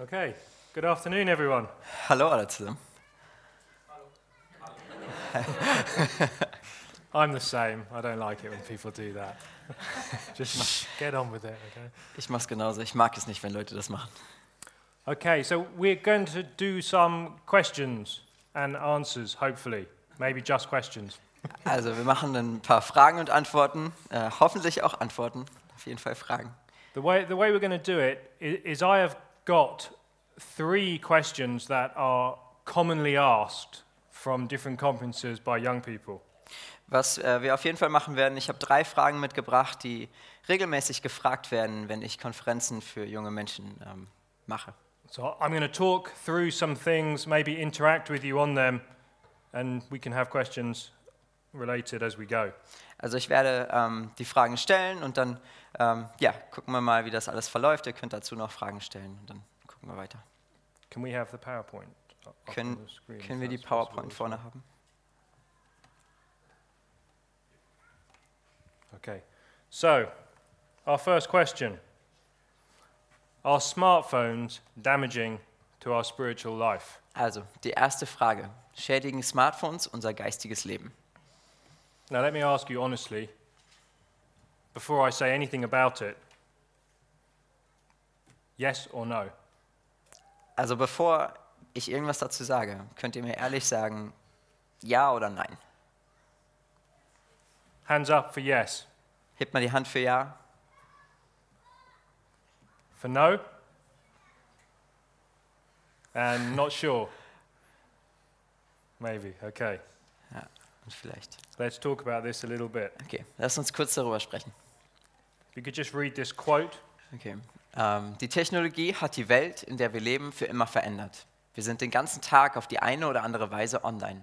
Okay, good afternoon, everyone. Hallo alle zusammen. I'm the same. I don't like it when people do that. Just get on with it, okay? Ich mache es genauso. Ich mag es nicht, wenn Leute das machen. Okay, so we're going to do some questions and answers, hopefully. Maybe just questions. Also wir machen ein paar Fragen und Antworten, äh, hoffentlich auch Antworten, auf jeden Fall Fragen. The way, the way we're going to do it is, is I have got three questions that are commonly asked from different conferences by young people. Was äh, wir auf jeden Fall machen werden, ich habe drei Fragen mitgebracht, die regelmäßig gefragt werden, wenn ich Konferenzen für junge Menschen ähm, mache. So I'm going to talk through some things, maybe interact with you on them, and we can have questions related as we go. Also ich werde ähm, die Fragen stellen und dann ähm, ja, gucken wir mal, wie das alles verläuft. Ihr könnt dazu noch Fragen stellen und dann gucken wir weiter. Can we have the PowerPoint up up Können- on the screen? if Können wir die that's possible PowerPoint as well? vorne haben? Okay. So, our first question Are smartphones damaging to our spiritual life? Also, die erste Frage. Schädigen Smartphones unser geistiges Leben? Now, let me ask you honestly, before I say anything about it, yes or no? Also bevor ich irgendwas dazu sage, könnt ihr mir ehrlich sagen, ja oder nein? Hands up for yes. Hebt mal die Hand für ja. For no? And not sure? Maybe. Okay. Und vielleicht. Let's talk about this a little bit. Okay, lass uns kurz darüber sprechen. If you could just read this quote Okay. Ähm, die Technologie hat die Welt, in der wir leben, für immer verändert. Wir sind den ganzen Tag auf die eine oder andere Weise online.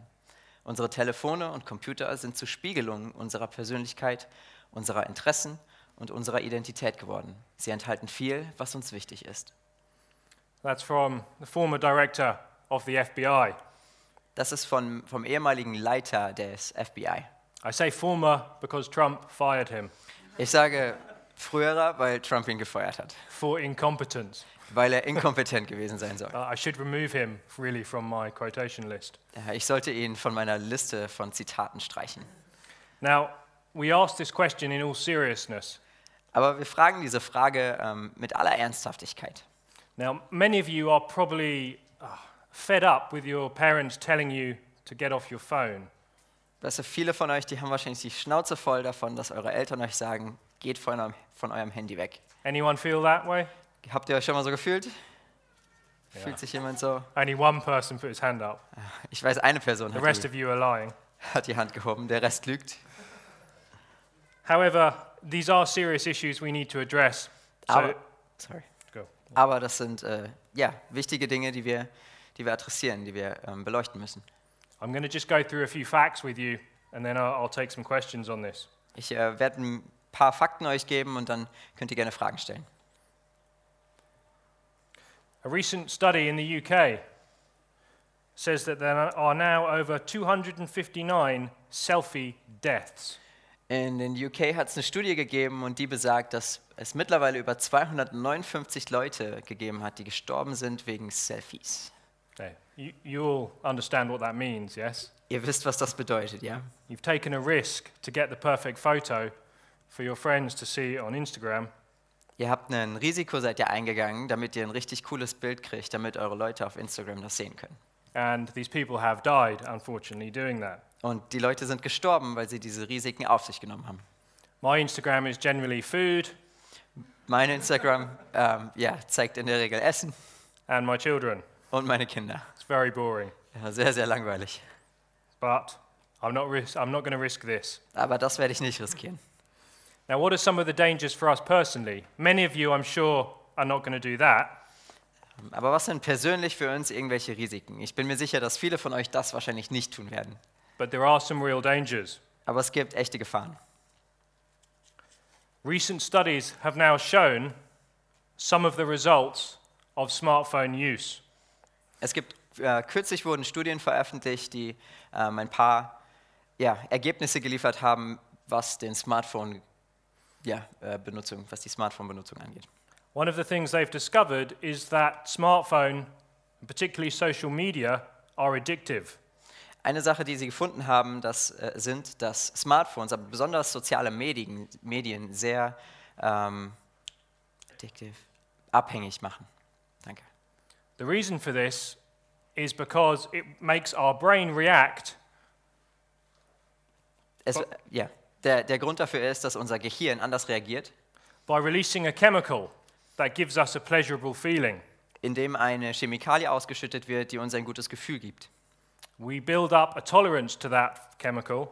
Unsere Telefone und Computer sind zu Spiegelungen unserer Persönlichkeit, unserer Interessen und unserer Identität geworden. Sie enthalten viel, was uns wichtig ist. That's from the former director of the FBI. Das ist von, vom ehemaligen Leiter des FBI. I say former because Trump fired him Ich sage früherer, weil Trump ihn gefeuert hat, for incompetence. weil er inkompetent gewesen sein soll. Uh, I should remove him really from my quotation list. Äh, Ich sollte ihn von meiner Liste von Zitaten streichen. Now, we asked this question in all seriousness. Aber wir fragen diese Frage ähm, mit aller Ernsthaftigkeit. Now, many of you are probably uh, fed up with your parents telling you to get off your phone. Weißt du, viele von euch, die haben wahrscheinlich die Schnauze voll davon, dass eure Eltern euch sagen, geht von eurem, von eurem Handy weg. Anyone feel that way? Habt ihr euch schon mal so gefühlt? Ja. Fühlt sich jemand so? Only one person put his hand up. Ich weiß, eine Person The hat rest die, of you are lying. hat die Hand gehoben, der Rest lügt. However, these are serious issues we need to address. So, Aber, sorry. go. Aber das sind äh, ja, wichtige Dinge, die wir, die wir adressieren, die wir ähm, beleuchten müssen. I'm going to just go through a few facts with you, and then I'll, I'll take some questions on this. Ich äh, werde ein paar Fakten euch geben und dann könnt ihr gerne Fragen stellen. A recent study in the UK says that there are now over 259 selfie deaths. In den UK hat es eine Studie gegeben und die besagt, dass es mittlerweile über 259 Leute gegeben hat, die gestorben sind wegen Selfies. There. You, you all understand what that means, yes? Ihr wisst, was das bedeutet, ja? You've taken a risk to get the perfect photo for your friends to see on Instagram, Ihr habt ein Risiko, seid ihr eingegangen, damit ihr ein richtig cooles Bild kriegt, damit eure Leute auf Instagram das sehen können. and these people have died, unfortunately, doing that. Und die Leute sind gestorben, weil sie diese Risiken auf sich genommen haben. My Instagram is generally food Meine Instagram ähm, ja, zeigt in der Regel Essen and my children. und meine Kinder. It's very boring, Ja, sehr, sehr langweilig. but I'm not, ris- I'm not going to risk this. Aber das werde ich nicht riskieren. Now, what are some of the dangers for us personally? Many of you, I'm sure, are not going to do that. Aber was sind persönlich für uns irgendwelche Risiken? Ich bin mir sicher, dass viele von euch das wahrscheinlich nicht tun werden. But there are some real dangers. Aber es gibt echte Gefahren. Recent studies have now shown some of the results of smartphone use. Es gibt, äh, kürzlich wurden Studien veröffentlicht, die ähm, ein paar ja, Ergebnisse geliefert haben, was den Smartphone, ja, äh, Benutzung, was die Smartphone-Benutzung angeht. One of the things they've discovered is that smartphone, and particularly social media, are addictive. Eine Sache, die sie gefunden haben, das äh, sind, dass Smartphones, aber besonders soziale Medien, Medien sehr ähm, addictive, abhängig machen. Danke. The reason for this is because it makes our brain react Es, äh, ja, der, der Grund dafür ist, dass unser Gehirn anders reagiert, by releasing a chemical that gives us a pleasurable feeling. indem eine Chemikalie ausgeschüttet wird, die uns ein gutes Gefühl gibt. We build up a tolerance to that chemical.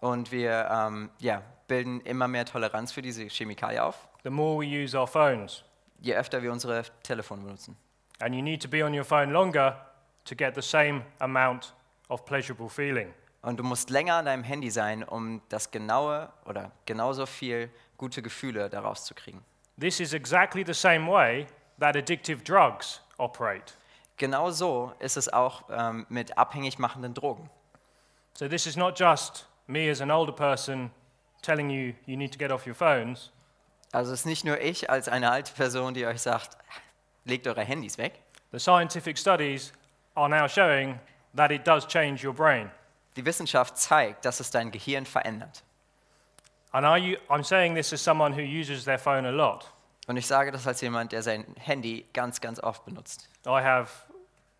Und wir ähm, ja, bilden immer mehr Toleranz für diese Chemikalie auf, the more we use our phones. je öfter wir unsere Telefone benutzen. And you need to be on your phone longer to get the same amount of pleasurable feeling. Und du musst länger an deinem Handy sein, um das genaue oder genauso viel gute Gefühle daraus zu kriegen. This is exactly the same way that addictive drugs operate. Genau so ist es auch ähm, mit abhängig machenden Drogen. So, this is not just me as an older person telling you you need to get off your phones. Also es ist nicht nur ich als eine alte Person, die euch sagt, legt eure Handys weg. The scientific studies are now showing that it does change your brain. Die Wissenschaft zeigt, dass es dein Gehirn verändert. And are you, I'm saying this as someone who uses their phone a lot. Und ich sage das als jemand, der sein Handy ganz, ganz oft benutzt. I have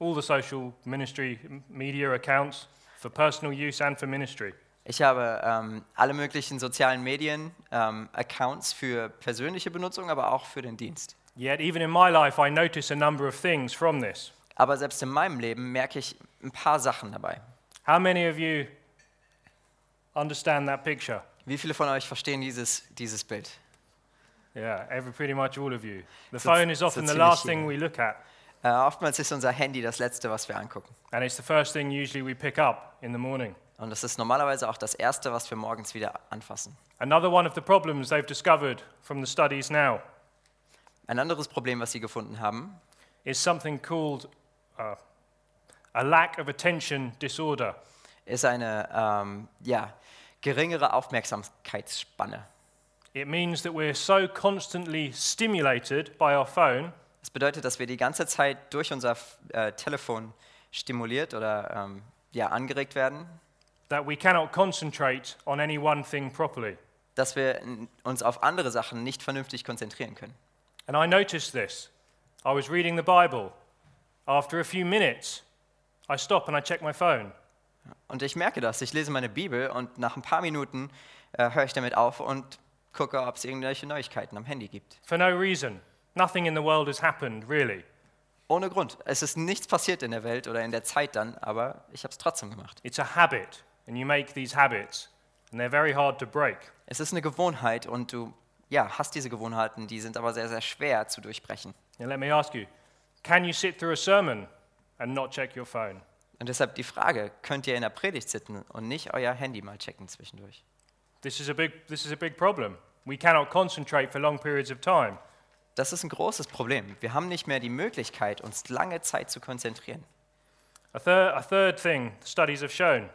all the social ministry m- media accounts for personal use and for ministry. Ich habe ähm, alle möglichen sozialen Medien, ähm, Accounts für persönliche Benutzung, aber auch für den Dienst. Yet, even in my life, I notice a number of things from this. Aber selbst in meinem Leben merke ich ein paar Sachen dabei. How many of you understand that picture? Wie viele von euch verstehen dieses, dieses Bild? Yeah, every, pretty much all of you. The So it's- phone is so often it's the in last the thing shade. we look at, Äh, oftmals ist unser Handy das Letzte, was wir angucken. and it's the first thing usually we pick up in the morning. Und das ist normalerweise auch das Erste, was wir morgens wieder anfassen. Another one of the problems they've discovered from the studies now Ein anderes Problem, was sie gefunden haben, is something called uh, a lack of attention disorder. ist eine ähm, ja, geringere Aufmerksamkeitsspanne. It means that we're so constantly stimulated by our phone Das bedeutet, dass wir die ganze Zeit durch unser F- äh, Telefon stimuliert oder ähm, ja, angeregt werden, that we cannot concentrate on any one thing properly. dass wir n- uns auf andere Sachen nicht vernünftig konzentrieren können. And I noticed this. I was reading the Bible. After a few minutes, I stop and I check my phone. Und ich merke das. Ich lese meine Bibel und nach ein paar Minuten äh, höre ich damit auf und gucke, ob es irgendwelche Neuigkeiten am Handy gibt. For no reason. Nothing in the world has happened, really. Ohne Grund. Es ist nichts passiert in der Welt oder in der Zeit dann, aber ich habe es trotzdem gemacht. It's a habit, and you make these habits, and they're very hard to break. Es ist eine Gewohnheit und du ja, hast diese Gewohnheiten, die sind aber sehr, sehr schwer zu durchbrechen. Now, let me ask you can you sit through a sermon and not check your phone? Und deshalb die Frage, könnt ihr in der Predigt sitzen und nicht euer Handy mal checken zwischendurch? This is a big, this is a big problem. We cannot concentrate for long periods of time. Das ist ein großes Problem. Wir haben nicht mehr die Möglichkeit, uns lange Zeit zu konzentrieren. A, thir- a third thing the studies have shown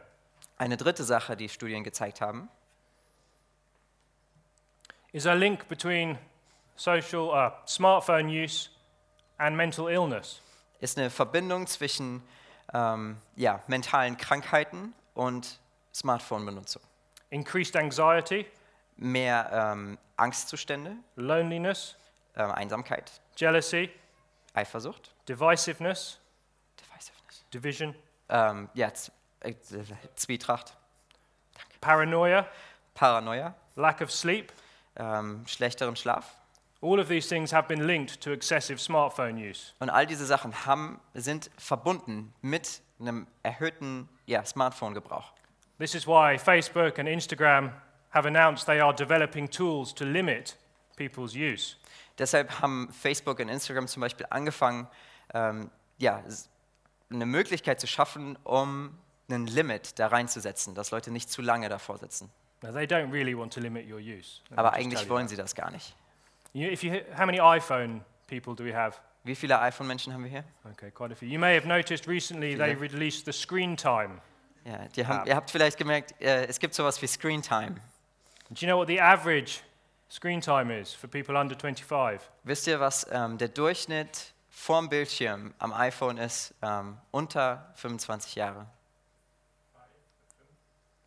Eine dritte Sache, die Studien gezeigt haben, is a link between social uh, smartphone use and mental illness. ist eine Verbindung zwischen ähm, ja, mentalen Krankheiten und Smartphone-Benutzung. Increased anxiety, Mehr ähm, Angstzustände, loneliness, ähm, Einsamkeit, jealousy, Eifersucht, divisiveness, Divisiveness, division, ähm, ja, Z äh, Zwietracht, paranoia, Paranoia, lack of sleep. ähm, schlechteren Schlaf. All of these things have been linked to excessive smartphone use. Und all diese Sachen haben, sind verbunden mit einem erhöhten ja, Smartphone-Gebrauch. This is why Facebook and Instagram have announced they are developing tools to limit people's use. Deshalb haben Facebook und Instagram zum Beispiel angefangen, ähm, ja, s- eine Möglichkeit zu schaffen, um ein Limit da reinzusetzen, dass Leute nicht zu lange davor sitzen. Now, they don't really want to limit your use. let me Aber just tell eigentlich you. wollen sie das gar nicht. You, if you, how many iPhone people do we have? Wie viele iPhone-Menschen haben wir hier? Okay, quite a few. You may have noticed recently they Yeah. released the screen time. Ja, die haben, Ihr habt vielleicht gemerkt, äh, es gibt sowas wie Screen Time. Do you know what the average screen time is for people under 25. Wisst ihr, was ähm, der Durchschnitt vorm Bildschirm am iPhone ist? Ähm, unter 25 Jahre.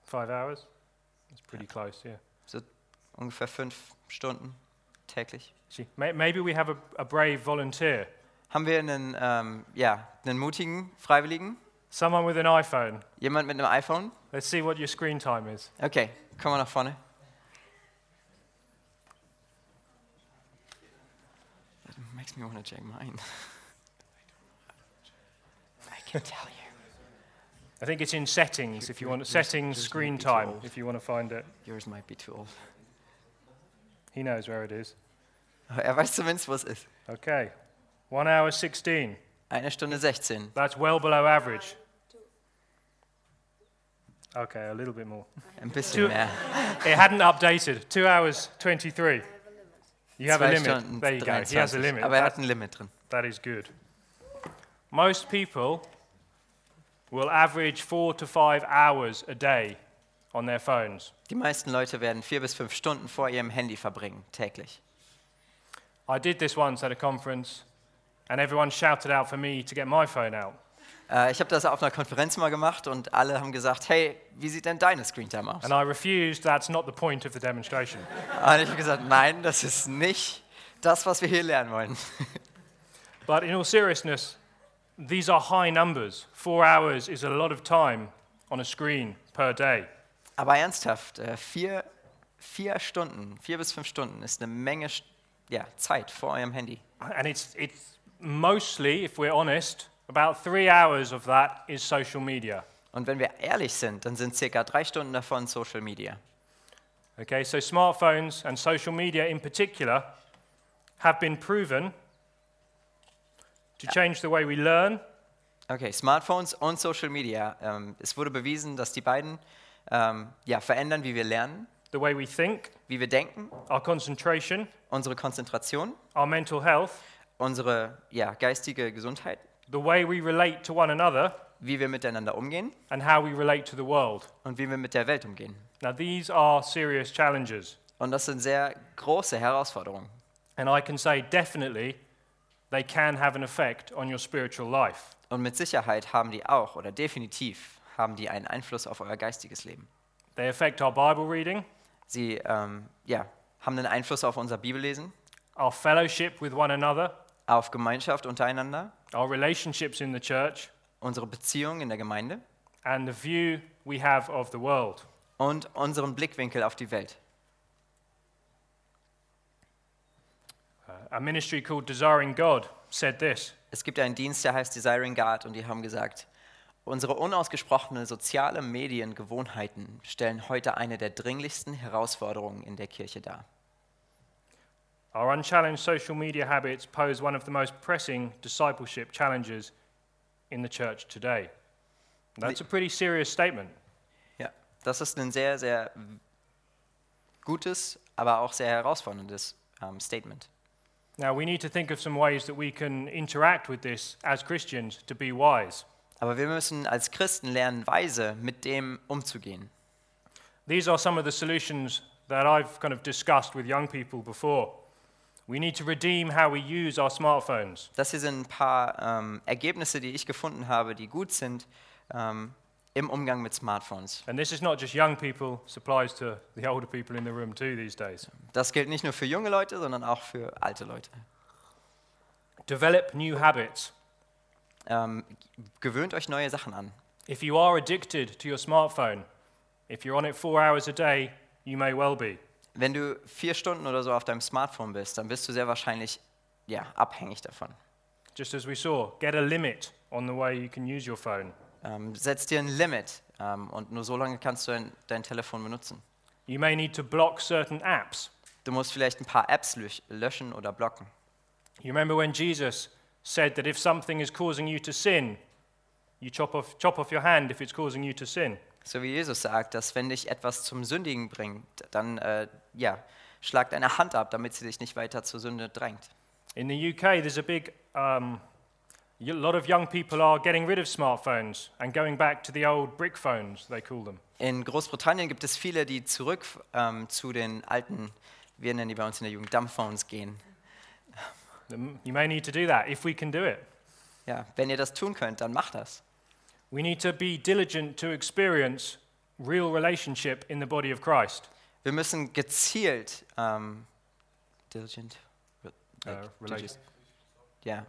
Five hours? That's pretty close, yeah. So ungefähr fünf Stunden täglich. See, may, maybe we have a, a brave volunteer, Haben wir einen, ähm, ja, einen mutigen Freiwilligen? someone with an iPhone. Jemand mit einem iPhone? Let's see what your screen time is. Okay, komm mal nach vorne. That makes me wanna check mine. I can tell you. I think it's in settings if you want settings there's screen no time details. if you want to find it. Yours might be too old. He knows where it is. Aber er weiß zumindest, wo es ist. Okay. 1 hour 16. Eine Stunde 16. That's well below average. Okay, a little bit more. Ein bisschen mehr. It hadn't updated. 2 hours 23. You have a Zwei limit. Stunden There you go. He has a 23. limit. Aber er That- hat ein Limit drin. That is good. Most people will average four to five hours a day on their phones. Die meisten Leute werden vier bis fünf Stunden vor ihrem Handy verbringen, täglich. I did this once at a conference, and everyone shouted out for me to get my phone out. Äh, ich habe das auf einer Konferenz mal gemacht und alle haben gesagt, hey, wie sieht denn deine Screentime aus? And I refused, that's not the point of the demonstration. Und ich habe gesagt, nein, das ist nicht das, was wir hier lernen wollen. but in all seriousness, these are high numbers. Four hours is a lot of time on a screen per day. Aber ernsthaft, äh, vier, vier Stunden, vier bis fünf Stunden ist eine Menge Sch- ja, Zeit vor eurem Handy. And it's, it's mostly, if we're honest, about three hours of that is social media. Und wenn wir ehrlich sind, dann sind circa drei Stunden davon Social Media. Okay, so smartphones and social media in particular have been proven to change the way we learn, Okay, Smartphones und Social Media. Ähm, es wurde bewiesen, dass die beiden ähm, ja, verändern, wie wir lernen, the way we think, wie wir denken, our concentration, unsere Konzentration, our mental health, unsere ja, geistige Gesundheit, the way we relate to one another, wie wir miteinander umgehen and how we relate to the world. und wie wir mit der Welt umgehen. Now, these are serious challenges. Und das sind sehr große Herausforderungen. And I can say definitely they can have an effect on your spiritual life. Und mit Sicherheit haben die auch oder definitiv haben die einen Einfluss auf euer geistiges Leben. They affect our Bible reading, Sie ähm, ja, haben einen Einfluss auf unser Bibellesen, our fellowship with one another, auf Gemeinschaft untereinander, our relationships in the church, unsere Beziehungen in der Gemeinde and the view we have of the world. und unseren Blickwinkel auf die Welt. A ministry called Desiring God said this Es gibt einen Dienst, der heißt Desiring God und die haben gesagt, unsere unausgesprochenen sozialen Mediengewohnheiten stellen heute eine der dringlichsten Herausforderungen in der Kirche dar. Our unchallenged social media habits pose one of the most pressing discipleship challenges in the church today. That's a pretty serious statement. Ja, das ist ein sehr, sehr gutes, aber auch sehr herausforderndes ähm, Statement. Now, we need to think of some ways that we can interact with this as Christians to be wise. Aber wir müssen als Christen lernen, weise mit dem umzugehen. These are some of the solutions that I've kind of discussed with young people before. We need to redeem how we use our smartphones. Das hier sind ein paar ähm, Ergebnisse, die ich gefunden habe, die gut sind ähm, im Umgang mit Smartphones. And this is not just young people, this applies to the older people in the room too these days. Das gilt nicht nur für junge Leute, sondern auch für alte Leute. Develop new habits. Ähm, gewöhnt euch neue Sachen an. If you are addicted to your smartphone, if you're on it four hours a day, you may well be. Wenn du vier Stunden oder so auf deinem Smartphone bist, dann bist du sehr wahrscheinlich ja, abhängig davon. Just as we saw, get a limit on the way you can use your phone. Ähm, setz dir ein Limit ähm, und nur so lange kannst du dein, dein Telefon benutzen. You may need to block certain apps. Du musst vielleicht ein paar Apps lösch- löschen oder blocken. You remember when Jesus said that if something is causing you to sin, you chop off, chop off your hand if it's causing you to sin. So wie Jesus sagt, dass wenn dich etwas zum Sündigen bringt, dann äh, ja, schlag deine Hand ab, damit sie dich nicht weiter zur Sünde drängt. In the UK, there's a big, um, a lot of young people are getting rid of smartphones and going back to the old brick phones, they call them. In Großbritannien gibt es viele, die zurück ähm, zu den alten wir nennen die bei uns in der Jugend Dumbphones gehen. Then You may need to do that if we can do it. Ja, wenn ihr das tun könnt, dann macht das. We need to be diligent to experience real relationship in the body of Christ. Wir müssen gezielt, ähm, diligent, re- Uh, like, to relate- just- yeah,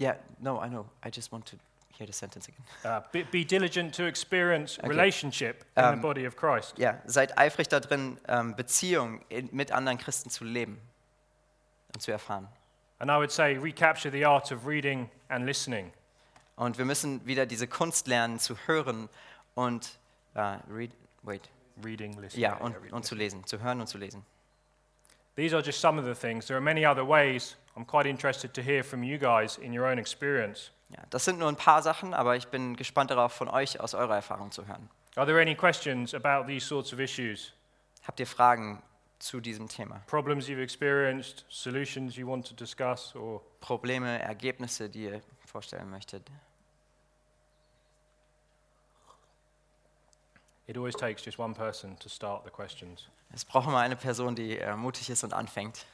yeah, no, I know, I just want to hear the sentence again. Uh, be, be diligent to experience Okay. relationship in Um, the body of Christ. Ja, seid eifrig da drin, ähm, Beziehungen in- mit anderen Christen zu leben und zu erfahren. And I would say recapture the art of reading and listening. Und wir müssen wieder diese Kunst lernen, zu hören und, äh, read, wait, Reading, listening. ja, und, und zu lesen, zu hören und zu lesen. These are just some of the things. There are many other ways. I'm quite interested to hear from you guys in your own experience. Ja, das sind nur ein paar Sachen, aber ich bin gespannt darauf, von euch aus eurer Erfahrung zu hören. Are there any questions about these sorts of issues? Habt ihr Fragen zu diesem Thema? Problems you've experienced, solutions you want to discuss, or Probleme, Ergebnisse, die ihr vorstellen möchtet? it always takes just one person to start the questions. Es braucht immer eine Person, die äh, mutig ist und anfängt.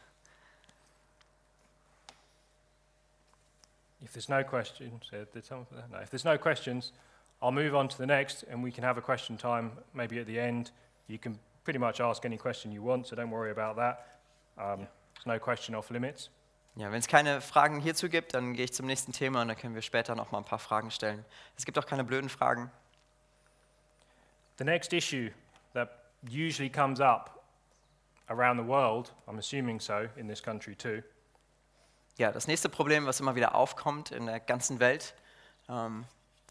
If there's no questions, uh, did someone put that? No. If there's no questions, I'll move on to the next, and we can have a question time maybe at the end. You can pretty much ask any question you want, so don't worry about that. Um, There's no question off limits. Ja, wenn es keine Fragen hierzu gibt, dann gehe ich zum nächsten Thema und dann können wir später noch mal ein paar Fragen stellen. Es gibt auch keine blöden Fragen. The next issue that usually comes up around the world, I'm assuming so, in this country too, Ja, das nächste Problem, was immer wieder aufkommt in der ganzen Welt, ähm,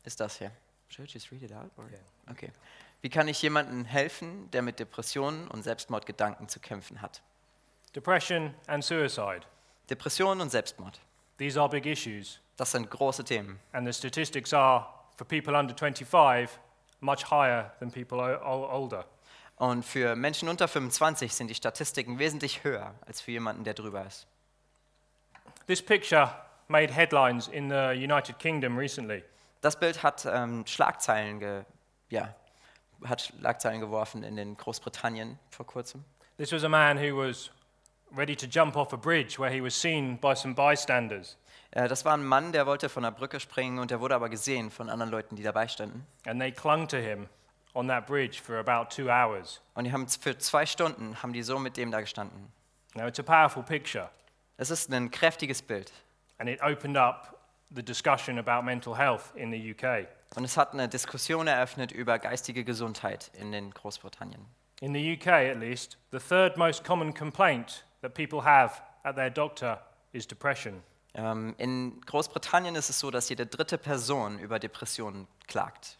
ist das hier. Should I just read it out? Or? Yeah. Okay. Wie kann ich jemandem helfen, der mit Depressionen und Selbstmordgedanken zu kämpfen hat? depression and suicide. Depressionen und Selbstmord, These are big issues, das sind große Themen. and the statistics are for people under 25 much higher than people o- o- older. Und für Menschen unter 25 sind die Statistiken wesentlich höher als für jemanden, der drüber ist. This picture made headlines in the United Kingdom recently. Das Bild hat ähm, Schlagzeilen, ge ja, hat Schlagzeilen geworfen in den Großbritannien vor kurzem. This was a man who was ready to jump off a bridge where he was seen by some bystanders, Äh, das war ein Mann, der wollte von der Brücke springen und der wurde aber gesehen von anderen Leuten, die dabei standen. and they clung to him on that bridge for about two hours. Und die haben z- für zwei Stunden haben die so mit dem da gestanden. Now, it's a powerful picture, Es ist ein kräftiges Bild and it opened up the discussion about mental health in the UK. und es hat eine Diskussion eröffnet über geistige Gesundheit in den Großbritannien. In the UK, at least, the third most common complaint that people have at their doctor is depression. Ähm, in Großbritannien ist es so, dass jede dritte Person über Depressionen klagt.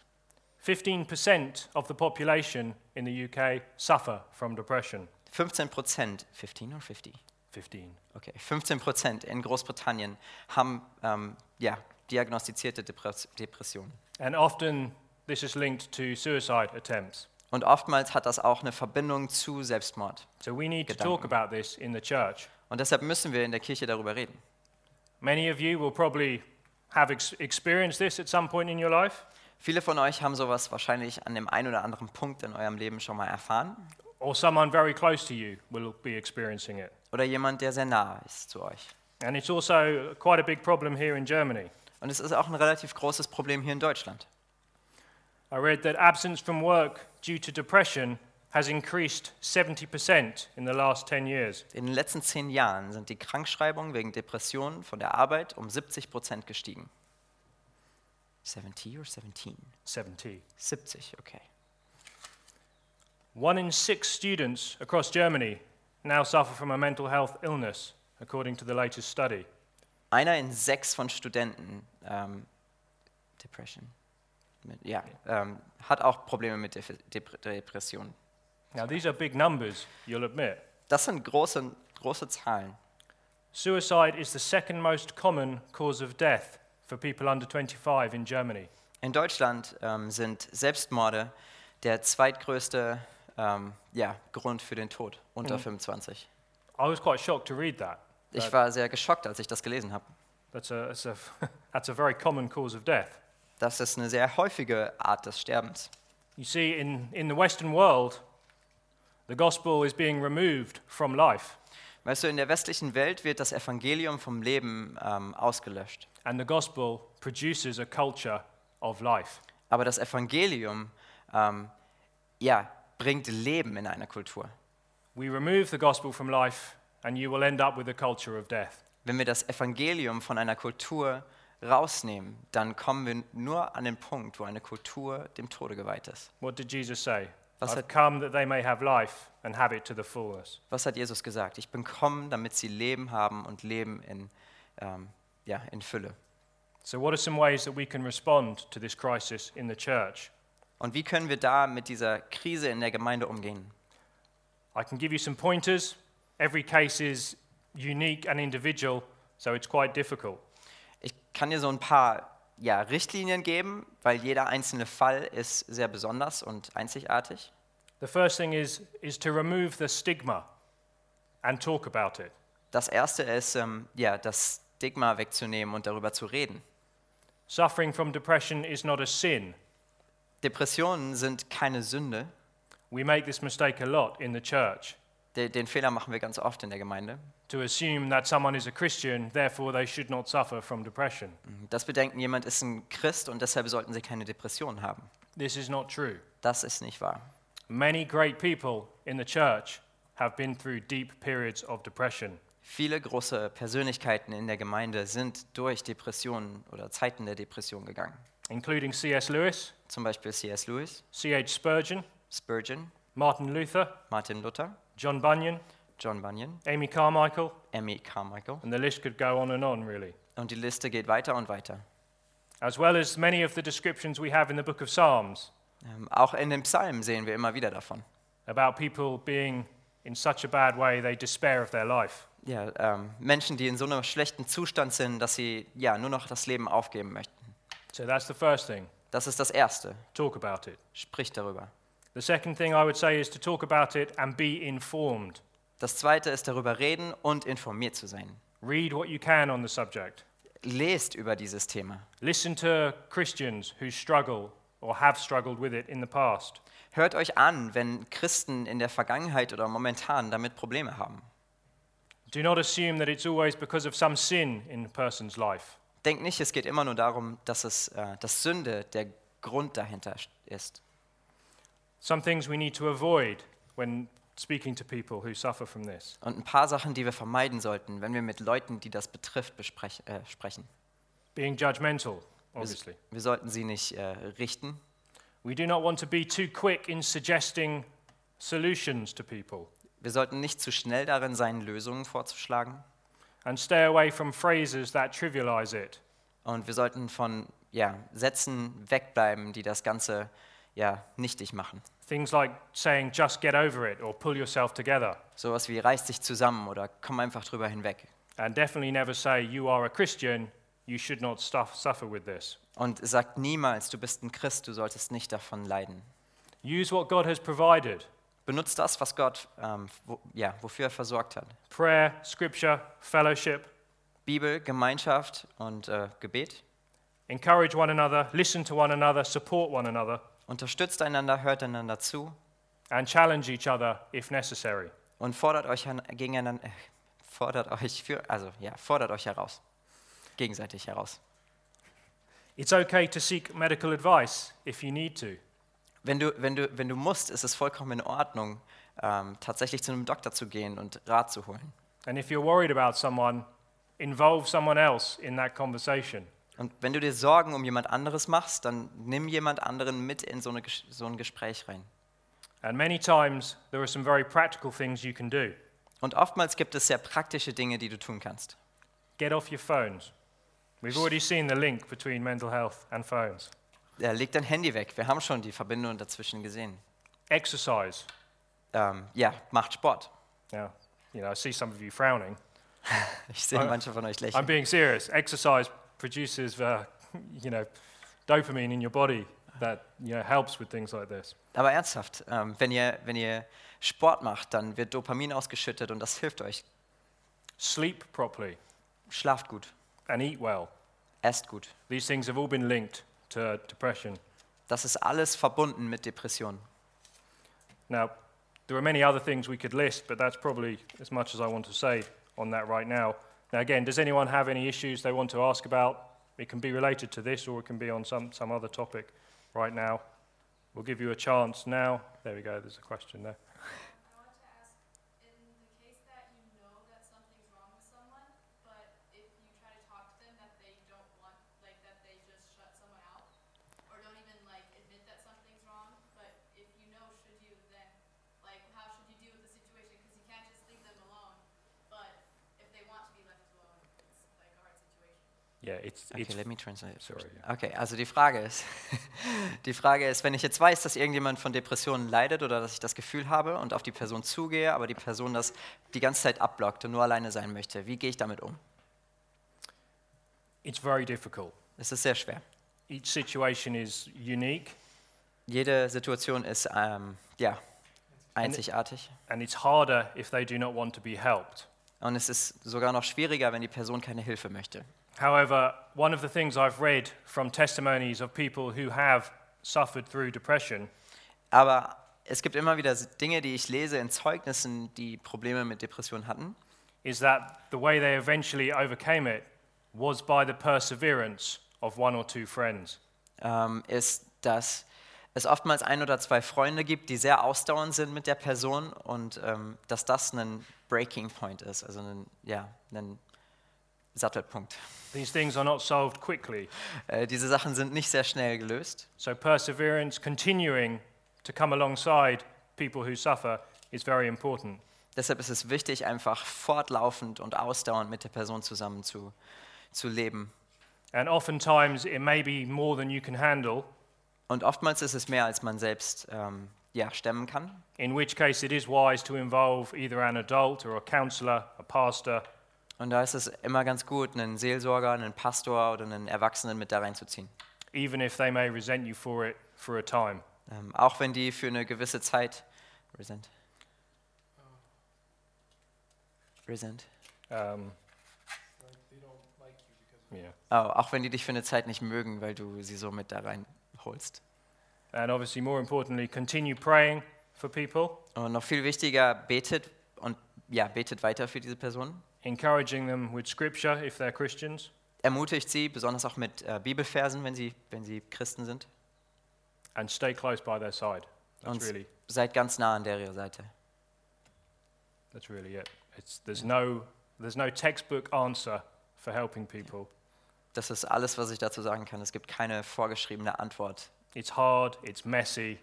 15% of the population in the UK suffer from depression. 15 Prozent, 15 or 50? 15. Okay, 15 Prozent in Großbritannien haben ähm, ja, diagnostizierte Depress Depressionen. And often this is linked to suicide attempts. Und oftmals hat das auch eine Verbindung zu Selbstmord. So we need to Gedanken. talk about this in the church. Und deshalb müssen wir in der Kirche darüber reden. Many of you will probably have ex- experienced this at some point in your life, Viele von euch haben sowas wahrscheinlich an dem einen oder anderen Punkt in eurem Leben schon mal erfahren. or someone very close to you will be experiencing it. Oder jemand, der sehr nah ist zu euch. And it's also quite a big problem here in Germany. Und es ist auch ein relativ großes Problem hier in Deutschland. I read that absence from work due to depression has increased 70% in the last 10 years. In den letzten zehn Jahren sind die Krankschreibungen wegen Depressionen von der Arbeit um 70 Prozent gestiegen. 70 or 17? 70. 70, okay. One in six students across Germany now suffer from a mental health illness, according to the latest study. Einer in sechs von Studenten, ähm, Depression, mit, ja, ähm, hat auch Probleme mit Def Dep Depressionen. Now, these are big numbers, you'll admit. Das sind große, große Zahlen. Suicide is the second most common cause of death for people under 25 in Germany. In Deutschland ähm, sind Selbstmorde der zweitgrößte ähm, ja, Grund für den Tod unter 25. I was quite shocked to read that. Ich Right. war sehr geschockt, als ich das gelesen habe. That's a, that's a, that's a very common cause of death. Das ist eine sehr häufige Art des Sterbens. You see, in, in the Western world, The gospel is being removed from life, Weißt du, in der westlichen Welt wird das Evangelium vom Leben ähm, ausgelöscht. and the gospel produces a culture of life. Aber das Evangelium, ähm, ja, bringt Leben in einer Kultur. We remove the gospel from life, and you will end up with a culture of death. Wenn wir das Evangelium von einer Kultur rausnehmen, dann kommen wir nur an den Punkt, wo eine Kultur dem Tode geweiht ist. What did Jesus say? Was I've hat- come that they may have life and have it to the fullness. Was hat Jesus gesagt? Ich bin gekommen, damit sie Leben haben und Leben in, ähm, ja, in Fülle. So, what are some ways that we can respond to this crisis in the church? Und wie können wir da mit dieser Krise in der Gemeinde umgehen? I can give you some pointers. Every case is unique and individual, so it's quite difficult. Ich kann dir so ein paar ja, Richtlinien geben, weil jeder einzelne Fall ist sehr besonders und einzigartig. The first thing is, is to remove the stigma and talk about it. Das erste ist, ähm, ja, das Stigma wegzunehmen und darüber zu reden. Suffering from depression is not a sin. Depressionen sind keine Sünde. We make this mistake a lot in the church De den Fehler machen wir ganz oft in der Gemeinde. to assume that someone is a Christian, therefore they should not suffer from depression. Das Bedenken, jemand ist ein Christ und deshalb sollten sie keine Depressionen haben. This is not true. Das ist nicht wahr. Many great people in the church have been through deep periods of depression. Viele große Persönlichkeiten in der Gemeinde sind durch Depressionen oder Zeiten der Depression gegangen. including C.S. Lewis, Zum Beispiel C.S. Lewis, C.H. Spurgeon, Spurgeon, Martin Luther, Martin Luther, John Bunyan, John Bunyan, Amy Carmichael, Emmy Carmichael. and the list could go on and on, really. Und die Liste geht weiter und weiter. As well as many of the descriptions we have in the book of Psalms Ähm, auch in den Psalmen sehen wir immer wieder davon. about people being in such a bad way they despair of their life. Ja, ähm, Menschen, die in so einem schlechten Zustand sind, dass sie ja nur noch das Leben aufgeben möchten. So that's the first thing Das ist das Erste. talk about it. Sprich darüber. The second thing I would say is to talk about it and be informed. Das Zweite ist darüber reden und informiert zu sein. Read what you can on the subject. Lest über dieses Thema. Listen to Christians who struggle or have struggled with it in the past. Hört euch an, wenn Christen in der Vergangenheit oder momentan damit Probleme haben. Do not assume that it's always because of some sin in a person's life. Denkt nicht, es geht immer nur darum, dass es äh, das Sünde der Grund dahinter ist. Some things we need to avoid when speaking to people who suffer from this. Und ein paar Sachen, die wir vermeiden sollten, wenn wir mit Leuten, die das betrifft, besprech- äh, sprechen. Being judgmental, Wir, obviously. wir sollten sie nicht äh, richten. We do not want to be too quick in suggesting solutions to people Wir sollten nicht zu schnell darin sein, Lösungen vorzuschlagen. and stay away from phrases that trivialize it. Und wir sollten von ja, Sätzen wegbleiben, die das Ganze ja, nichtig machen. Things like saying, just get over it or pull yourself together. Sowas wie reiß dich zusammen oder komm einfach drüber hinweg. And definitely never say, you are a Christian, you should not stuff, suffer with this. Und sagt niemals, du bist ein Christ, du solltest nicht davon leiden. Use what God has provided Benutzt das, was Gott, ähm, wo, ja, wofür er versorgt hat. prayer, scripture, fellowship, Bibel, Gemeinschaft und äh, Gebet. Encourage one another, listen to one another, support one another, Unterstützt einander, hört einander zu and challenge each other if necessary. und fordert euch an, gegeneinander, äh, fordert euch für, also ja, fordert euch heraus, gegenseitig heraus. It's okay to seek medical advice if you need to. Wenn du, wenn du, wenn du musst, ist es vollkommen in Ordnung, ähm, tatsächlich zu einem Doktor zu gehen und Rat zu holen. And if you're worried about someone, involve someone else in that conversation. Und wenn du dir Sorgen um jemand anderes machst, dann nimm jemand anderen mit in so, eine, Gesch- so ein Gespräch rein. And many times, there are some very practical things you can do. Und oftmals gibt es sehr praktische Dinge, die du tun kannst. Get off your phones. We've already seen the link between mental health and phones. Ja, leg dein Handy weg. Wir haben schon die Verbindung dazwischen gesehen. Exercise. Ähm, ja, macht Sport. Now, you know, I see some of you frowning. Ich sehe Ah. manche von euch lächeln. I'm being serious. Exercise produces, uh, you know, dopamine in your body that you know helps with things like this. Aber ernsthaft, ähm, wenn, ihr, wenn ihr Sport macht, dann wird Dopamin ausgeschüttet und das hilft euch. Sleep properly Schlaft gut, and eat well. esst gut. These things have all been linked to depression. Das ist alles verbunden mit Depressionen. Now, There are many other things we could list, but that's probably as much as I want to say on that right now. Now, again, does anyone have any issues they want to ask about? It can be related to this or it can be on some, some other topic right now. We'll give you a chance now. There we go, there's a question there. I wanted to ask, in the case that you know that something's wrong with someone, but if you try to talk to them that they don't want, like that they just shut someone out, or don't even like admit that something's wrong, but if you know, should you then, like, how should you deal with the situation? Because you can't just leave them alone, but if they want to be left alone, it's like a hard situation. Yeah, it's, Okay, it's let me translate. Sorry, Okay, also die Frage ist, die Frage ist, wenn ich jetzt weiß, dass irgendjemand von Depressionen leidet oder dass ich das Gefühl habe und auf die Person zugehe, aber die Person das die ganze Zeit abblockt und nur alleine sein möchte, wie gehe ich damit um? it's very difficult. Es ist sehr schwer. Each situation is unique Jede Situation ist ähm, ja einzigartig and it's harder if they do not want to be helped. und es ist sogar noch schwieriger, wenn die Person keine Hilfe möchte. However, one of the things I've read from testimonies of people who have suffered through depression Aber es gibt immer wieder Dinge, die ich lese in Zeugnissen, die Probleme mit Depressionen hatten. is that the way they eventually overcame it was by the perseverance of one or two friends. ähm, ist, dass es oftmals ein oder zwei Freunde gibt, die sehr ausdauernd sind mit der Person und ähm, dass das ein Breaking Point ist, also ein, ja, ein Sattelpunkt. These things are not solved quickly. Äh, diese Sachen sind nicht sehr schnell gelöst. So, perseverance, continuing to come alongside people who suffer, is very important. Deshalb ist es wichtig, einfach fortlaufend und ausdauernd mit der Person zusammen zu, zu leben. And oftentimes, it may be more than you can handle, Und oftmals ist es mehr, als man selbst ähm, ja, stemmen kann. in which case, it is wise to involve either an adult or a counselor, a pastor, Und da ist es immer ganz gut, einen Seelsorger, einen Pastor oder einen Erwachsenen mit da reinzuziehen. even if they may resent you for it for a time. Ähm, auch wenn die für eine gewisse Zeit resent. Resent. Um, They don't like you because of yeah. Oh, auch wenn die dich für eine Zeit nicht mögen, weil du sie so mit da reinholst. And obviously, more importantly, continue praying for people, Und noch viel wichtiger, betet und ja, betet weiter für diese Person. encouraging them with scripture if they're Christians, Ermutigt sie, besonders auch mit äh, Bibelversen, wenn sie, wenn sie Christen sind. and stay close by their side. That's Und really, seid ganz nah an der ihrer Seite. that's really it. It's, there's, no, there's no textbook answer for helping people. Das ist alles, was ich dazu sagen kann. Es gibt keine vorgeschriebene Antwort. It's hard, it's messy,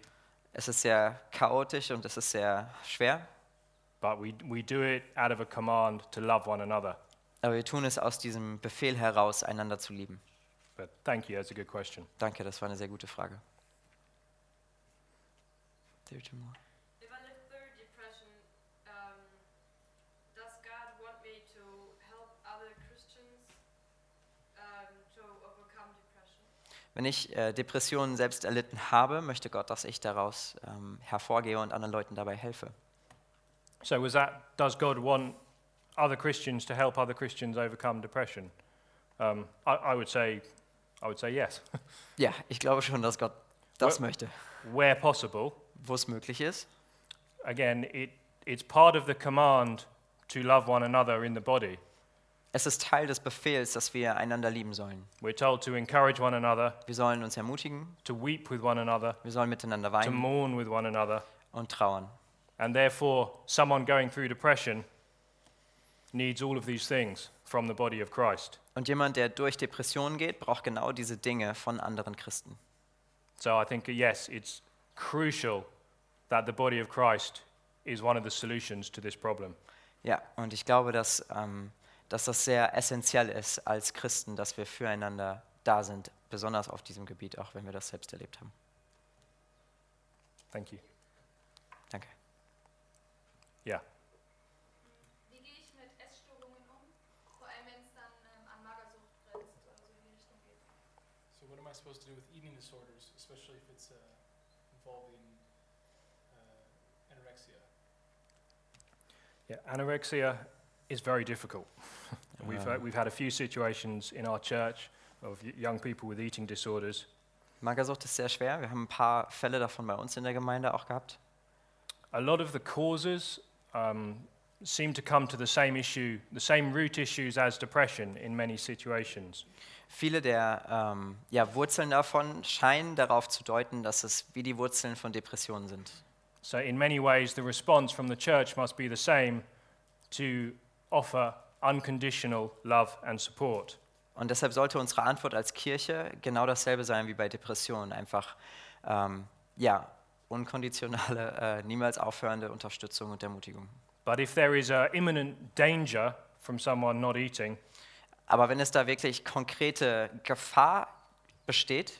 Es ist sehr chaotisch und es ist sehr schwer. but we, we do it out of a command to love one another. Aber wir tun es aus diesem Befehl heraus, einander zu lieben. But thank you, that's a good question. Danke, das war eine sehr gute Frage. There two more. If I live through depression, um, does God want me to help other Christians um, to overcome depression? Wenn ich äh, Depressionen selbst erlitten habe, möchte Gott, dass ich daraus ähm, hervorgehe und anderen Leuten dabei helfe. So, was that, does God want other Christians to help other Christians overcome depression? Um, I, I, would say, I would say yes. Ja, ich glaube schon, dass Gott das Wo- möchte, Where possible, wo es möglich ist. again, it, it's part of the command to love one another in the body. Es ist Teil des Befehls, dass wir einander lieben sollen. We're told to encourage one another, Wir sollen uns ermutigen, to weep with one another, wir sollen miteinander to weinen mourn with one another, und trauern. and therefore, someone going through depression needs all of these things from the body of Christ. Und jemand, der durch Depressionen geht, braucht genau diese Dinge von anderen Christen. So I think, yes, it's crucial that the body of Christ is one of the solutions to this problem. Ja, und ich glaube, dass, ähm, dass das sehr essentiell ist als Christen, dass wir füreinander da sind, besonders auf diesem Gebiet, auch wenn wir das selbst erlebt haben. Thank you. Danke. Yeah. Wie gehe ich mit Essstörungen um? Vor allem, wenn es dann ähm, an Magersucht grenzt oder so in die Richtung geht. So what am I supposed to do with eating disorders, especially if it's uh, involving uh, anorexia? Yeah, anorexia is very difficult. we've, Ah. uh, we've had a few situations in our church of y- young people with eating disorders. Magersucht ist sehr schwer. Wir haben ein paar Fälle davon bei uns in der Gemeinde auch gehabt. a lot of the causes um, seem to come to the same issue, the same root issues as depression in many situations. Viele der ähm, ja, Wurzeln davon scheinen darauf zu deuten, dass es wie die Wurzeln von Depressionen sind. So, in many ways, the response from the church must be the same to offer unconditional love and support. Und deshalb sollte unsere Antwort als Kirche genau dasselbe sein wie bei Depressionen, einfach ähm, ja, unkonditionale, äh, niemals aufhörende Unterstützung und Ermutigung. But if there is an imminent danger from someone not eating, Aber wenn es da wirklich konkrete Gefahr besteht,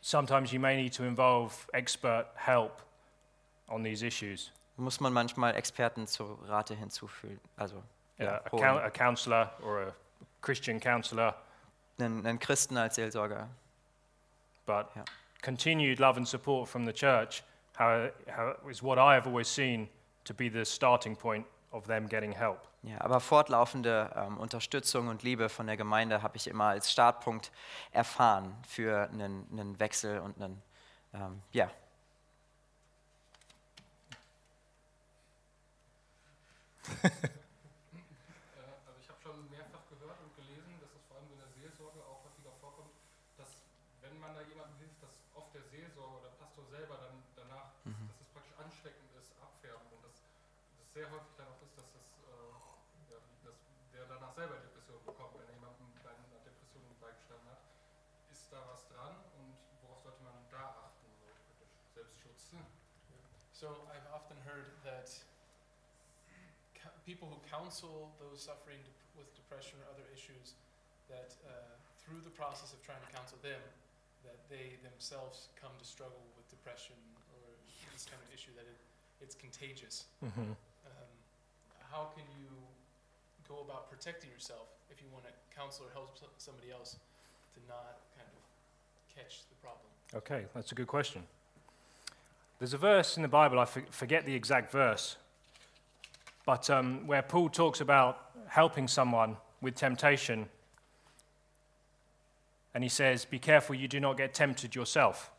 sometimes you may need to involve expert help on these issues. muss man manchmal Experten zu Rate hinzufügen, also Uh, ja, a, holen. coun- a counselor or a Christian counselor, einen, einen Christen als Seelsorger. but Yeah. continued love and support from the church how, how, is what I have always seen to be the starting point of them getting help. Ja, aber fortlaufende ähm, Unterstützung und Liebe von der Gemeinde habe ich immer als Startpunkt erfahren für einen, einen Wechsel und einen, ähm, ja, Äh, Also ich habe schon mehrfach gehört und gelesen, dass es vor allem in der Seelsorge auch häufiger vorkommt, dass wenn man da jemandem hilft, dass oft der Seelsorger oder Pastor selber dann danach, Hm. mhm. dass es praktisch ansteckend ist, abfärbt und dass das sehr häufig dann auch ist, dass, das, äh, ja, dass der danach selber Depressionen bekommt, wenn er jemandem bei einer Depression beigestanden hat. Ist da was dran und worauf sollte man da achten? So praktisch Selbstschutz. So I've often heard that cou- people who counsel those suffering dep- with depression or other issues, that uh, through the process of trying to counsel them, that they themselves come to struggle with depression or this kind of issue, that it, it's contagious. Mm-hmm. Um, how can you go about protecting yourself if you want to counsel or help so- somebody else to not kind of catch the problem? Okay, that's a good question. There's a verse in the Bible, I for- forget the exact verse, but um, where Paul talks about helping someone with temptation. And he says, Be careful you do not get tempted yourself.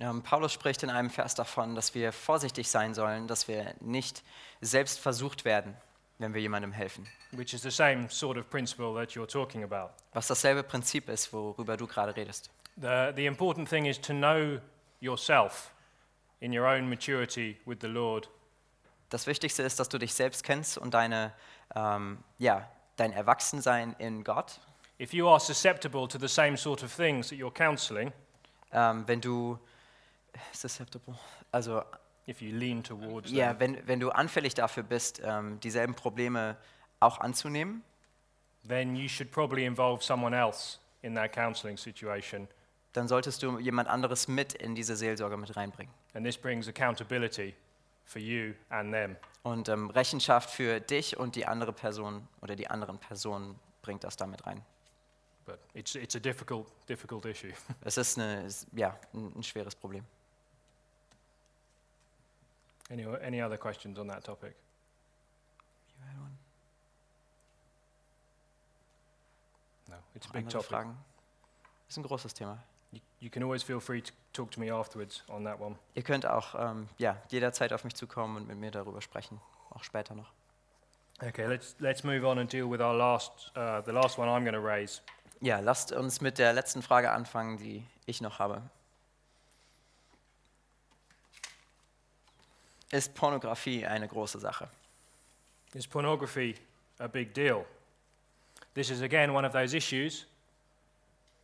ähm, Paulus spricht in einem Vers davon, dass wir vorsichtig sein sollen, dass wir nicht selbst versucht werden, wenn wir jemandem helfen. which is the same sort of principle that you're talking about. Was dasselbe Prinzip ist, worüber du gerade redest. The, the important thing is to know yourself in your own maturity with the Lord. Das Wichtigste ist, dass du dich selbst kennst und deine, ähm, ja, dein Erwachsensein in Gott. If you are susceptible to the same sort of things that you're counseling, Ähm, wenn du susceptible, also if you lean towards them, ja, wenn, wenn du anfällig dafür bist, ähm, dieselben Probleme auch anzunehmen, then you should probably involve someone else in that counseling situation. dann solltest du jemand anderes mit in diese Seelsorge mit reinbringen. And this brings accountability for you and them. Und ähm, Rechenschaft für dich und die andere Person oder die anderen Personen bringt das damit rein. But it's, it's a difficult, difficult issue. Es ist eine, ist- ja, ein, ein schweres Problem. Any, any other questions on that topic? No, it's a big Andere topic. Fragen? Ist ein großes Thema. You, you can always feel free to talk to me afterwards on that one. Ihr könnt auch ähm, ja, jederzeit auf mich zukommen und mit mir darüber sprechen, auch später noch. Okay, let's let's move on and deal with our last, uh, the last one I'm going to raise. Ja, lasst uns mit der letzten Frage anfangen, die ich noch habe. Ist Pornografie eine große Sache? Is pornography a big deal? This is again one of those issues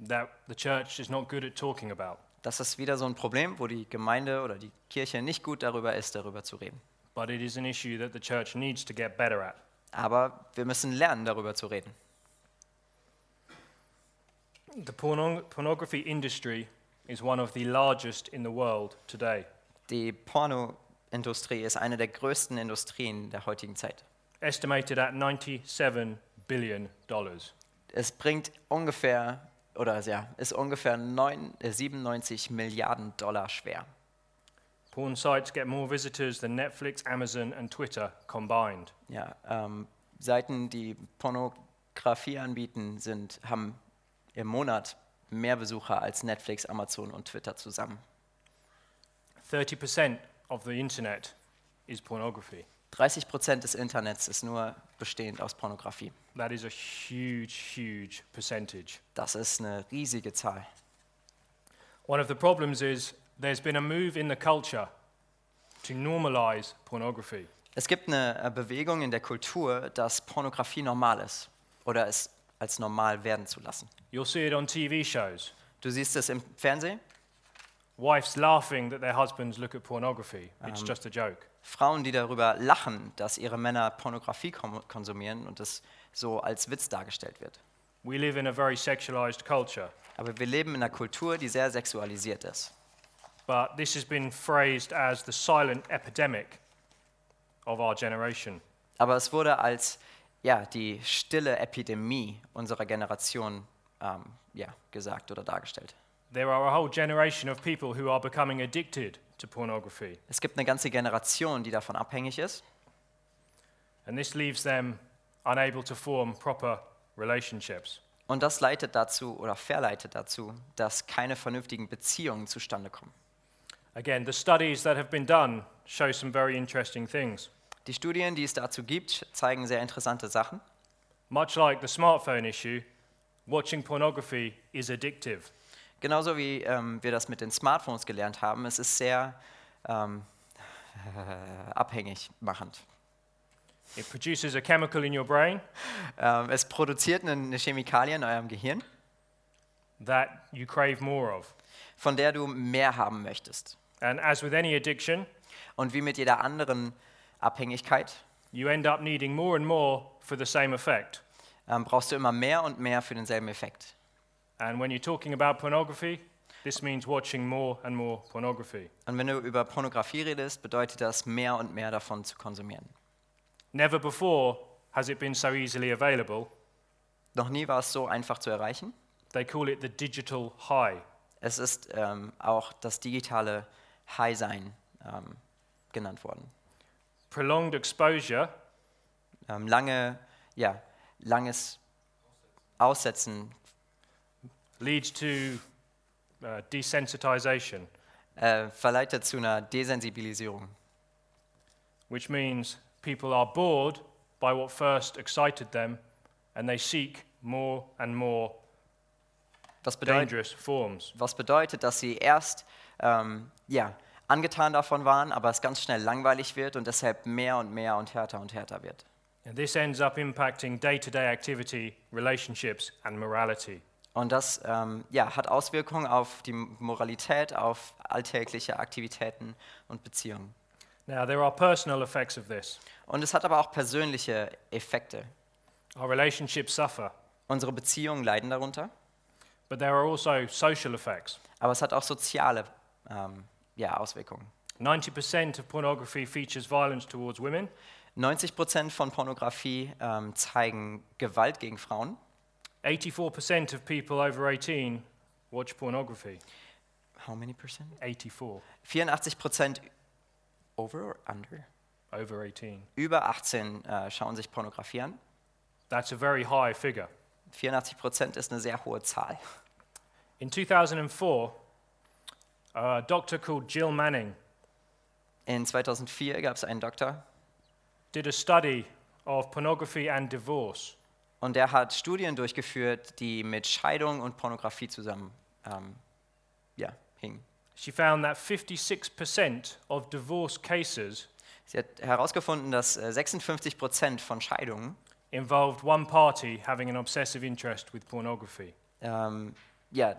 that the church is not good at talking about, Das ist wieder so ein Problem, wo die Gemeinde oder die Kirche nicht gut darüber ist, darüber zu reden. but it is an issue that the church needs to get better at. Aber wir müssen lernen, darüber zu reden. The porno- pornography industry is one of the largest in the world today, Die Pornoindustrie ist eine der größten Industrien der heutigen Zeit. estimated at 97 billion dollars. Es bringt ungefähr, oder ja, ist ungefähr 9, äh, 97 Milliarden Dollar schwer. Porn sites get more visitors than Netflix, Amazon, and Twitter combined. Ja, ähm, Seiten, die Pornografie anbieten, sind, haben im Monat mehr Besucher als Netflix, Amazon und Twitter zusammen. 30% of the internet is pornography. 30 Prozent des Internets ist nur bestehend aus Pornografie. That is a huge, huge percentage. Das ist eine riesige Zahl. One of the problems is there's been a move in the culture to normalize pornography. Es gibt eine äh, Bewegung in der Kultur, dass Pornografie normal ist oder es als normal werden zu lassen. You'll see it on TV shows. Du siehst es im Fernsehen, Wives laughing that their husbands look at pornography. It's Um, just a joke. Frauen, die darüber lachen, dass ihre Männer Pornografie kom- konsumieren und das so als Witz dargestellt wird. We live in a very sexualized culture, Aber wir leben in einer Kultur, die sehr sexualisiert ist. but this has been phrased as the silent epidemic of our generation. Aber es wurde als ja, die stille Epidemie unserer Generation ähm, ja, gesagt oder dargestellt. There are a whole generation of people who are becoming addicted to pornography, Es gibt eine ganze Generation, die davon abhängig ist and this leaves them unable to form proper relationships. und das leitet dazu oder verleitet dazu, dass keine vernünftigen Beziehungen zustande kommen. Again, the studies that have been done show some very interesting things. Die Studien, die es dazu gibt, sch- zeigen sehr interessante Sachen. Much like the smartphone issue, watching pornography is addictive. Genauso wie ähm, wir das mit den Smartphones gelernt haben, es ist sehr ähm, abhängig machend. It produces a chemical in your brain Ähm, es produziert eine- eine Chemikalie in eurem Gehirn, that you crave more of. von der du mehr haben möchtest. And as with any addiction, Und wie mit jeder anderen Abhängigkeit you end up needing more and more for the same effect. ähm, brauchst du immer mehr und mehr für denselben Effekt. And when you're talking about pornography, this means watching more and more pornography. Und wenn du über Pornografie redest, bedeutet das, mehr und mehr davon zu konsumieren. Never before has it been so easily available. Noch nie war es so einfach zu erreichen. They call it the digital high. Es ist ähm, auch das digitale High-Sein ähm, genannt worden. Prolonged exposure ähm, lange, ja, langes Aussetzen leads to uh, desensitization, äh, verleitet zu einer Desensibilisierung. which means people are bored by what first excited them and they seek more and more Was, bedeut dangerous forms. was bedeutet, dass sie erst ähm, ja, angetan davon waren, aber es ganz schnell langweilig wird und deshalb mehr und mehr und härter und härter wird. And this ends up impacting day to day activity, relationships, and morality. Und das ähm, ja, hat Auswirkungen auf die Moralität, auf alltägliche Aktivitäten und Beziehungen. Now, there are personal effects of this. Und es hat aber auch persönliche Effekte. Our relationships suffer, Unsere Beziehungen leiden darunter, but there are also social effects. aber es hat auch soziale ähm, ja, Auswirkungen. 90% of pornography features violence towards women, 90 Prozent von Pornografie ähm, zeigen Gewalt gegen Frauen. 84% of people over 18 watch pornography. How many percent? 84 84 Prozent over or under? over 18. Über 18 äh, schauen sich Pornografie an. That's a very high figure. 84 Prozent ist eine sehr hohe Zahl. In 2004, a doctor called Jill Manning In 2004 gab es einen Doktor did a study of pornography and divorce. und der hat Studien durchgeführt, die mit Scheidung und Pornografie zusammen ähm, ja, hingen. She found that 56% of divorce cases Sie hat herausgefunden, dass äh, 56 Prozent von Scheidungen involved one party having an obsessive interest with pornography. ähm, ja,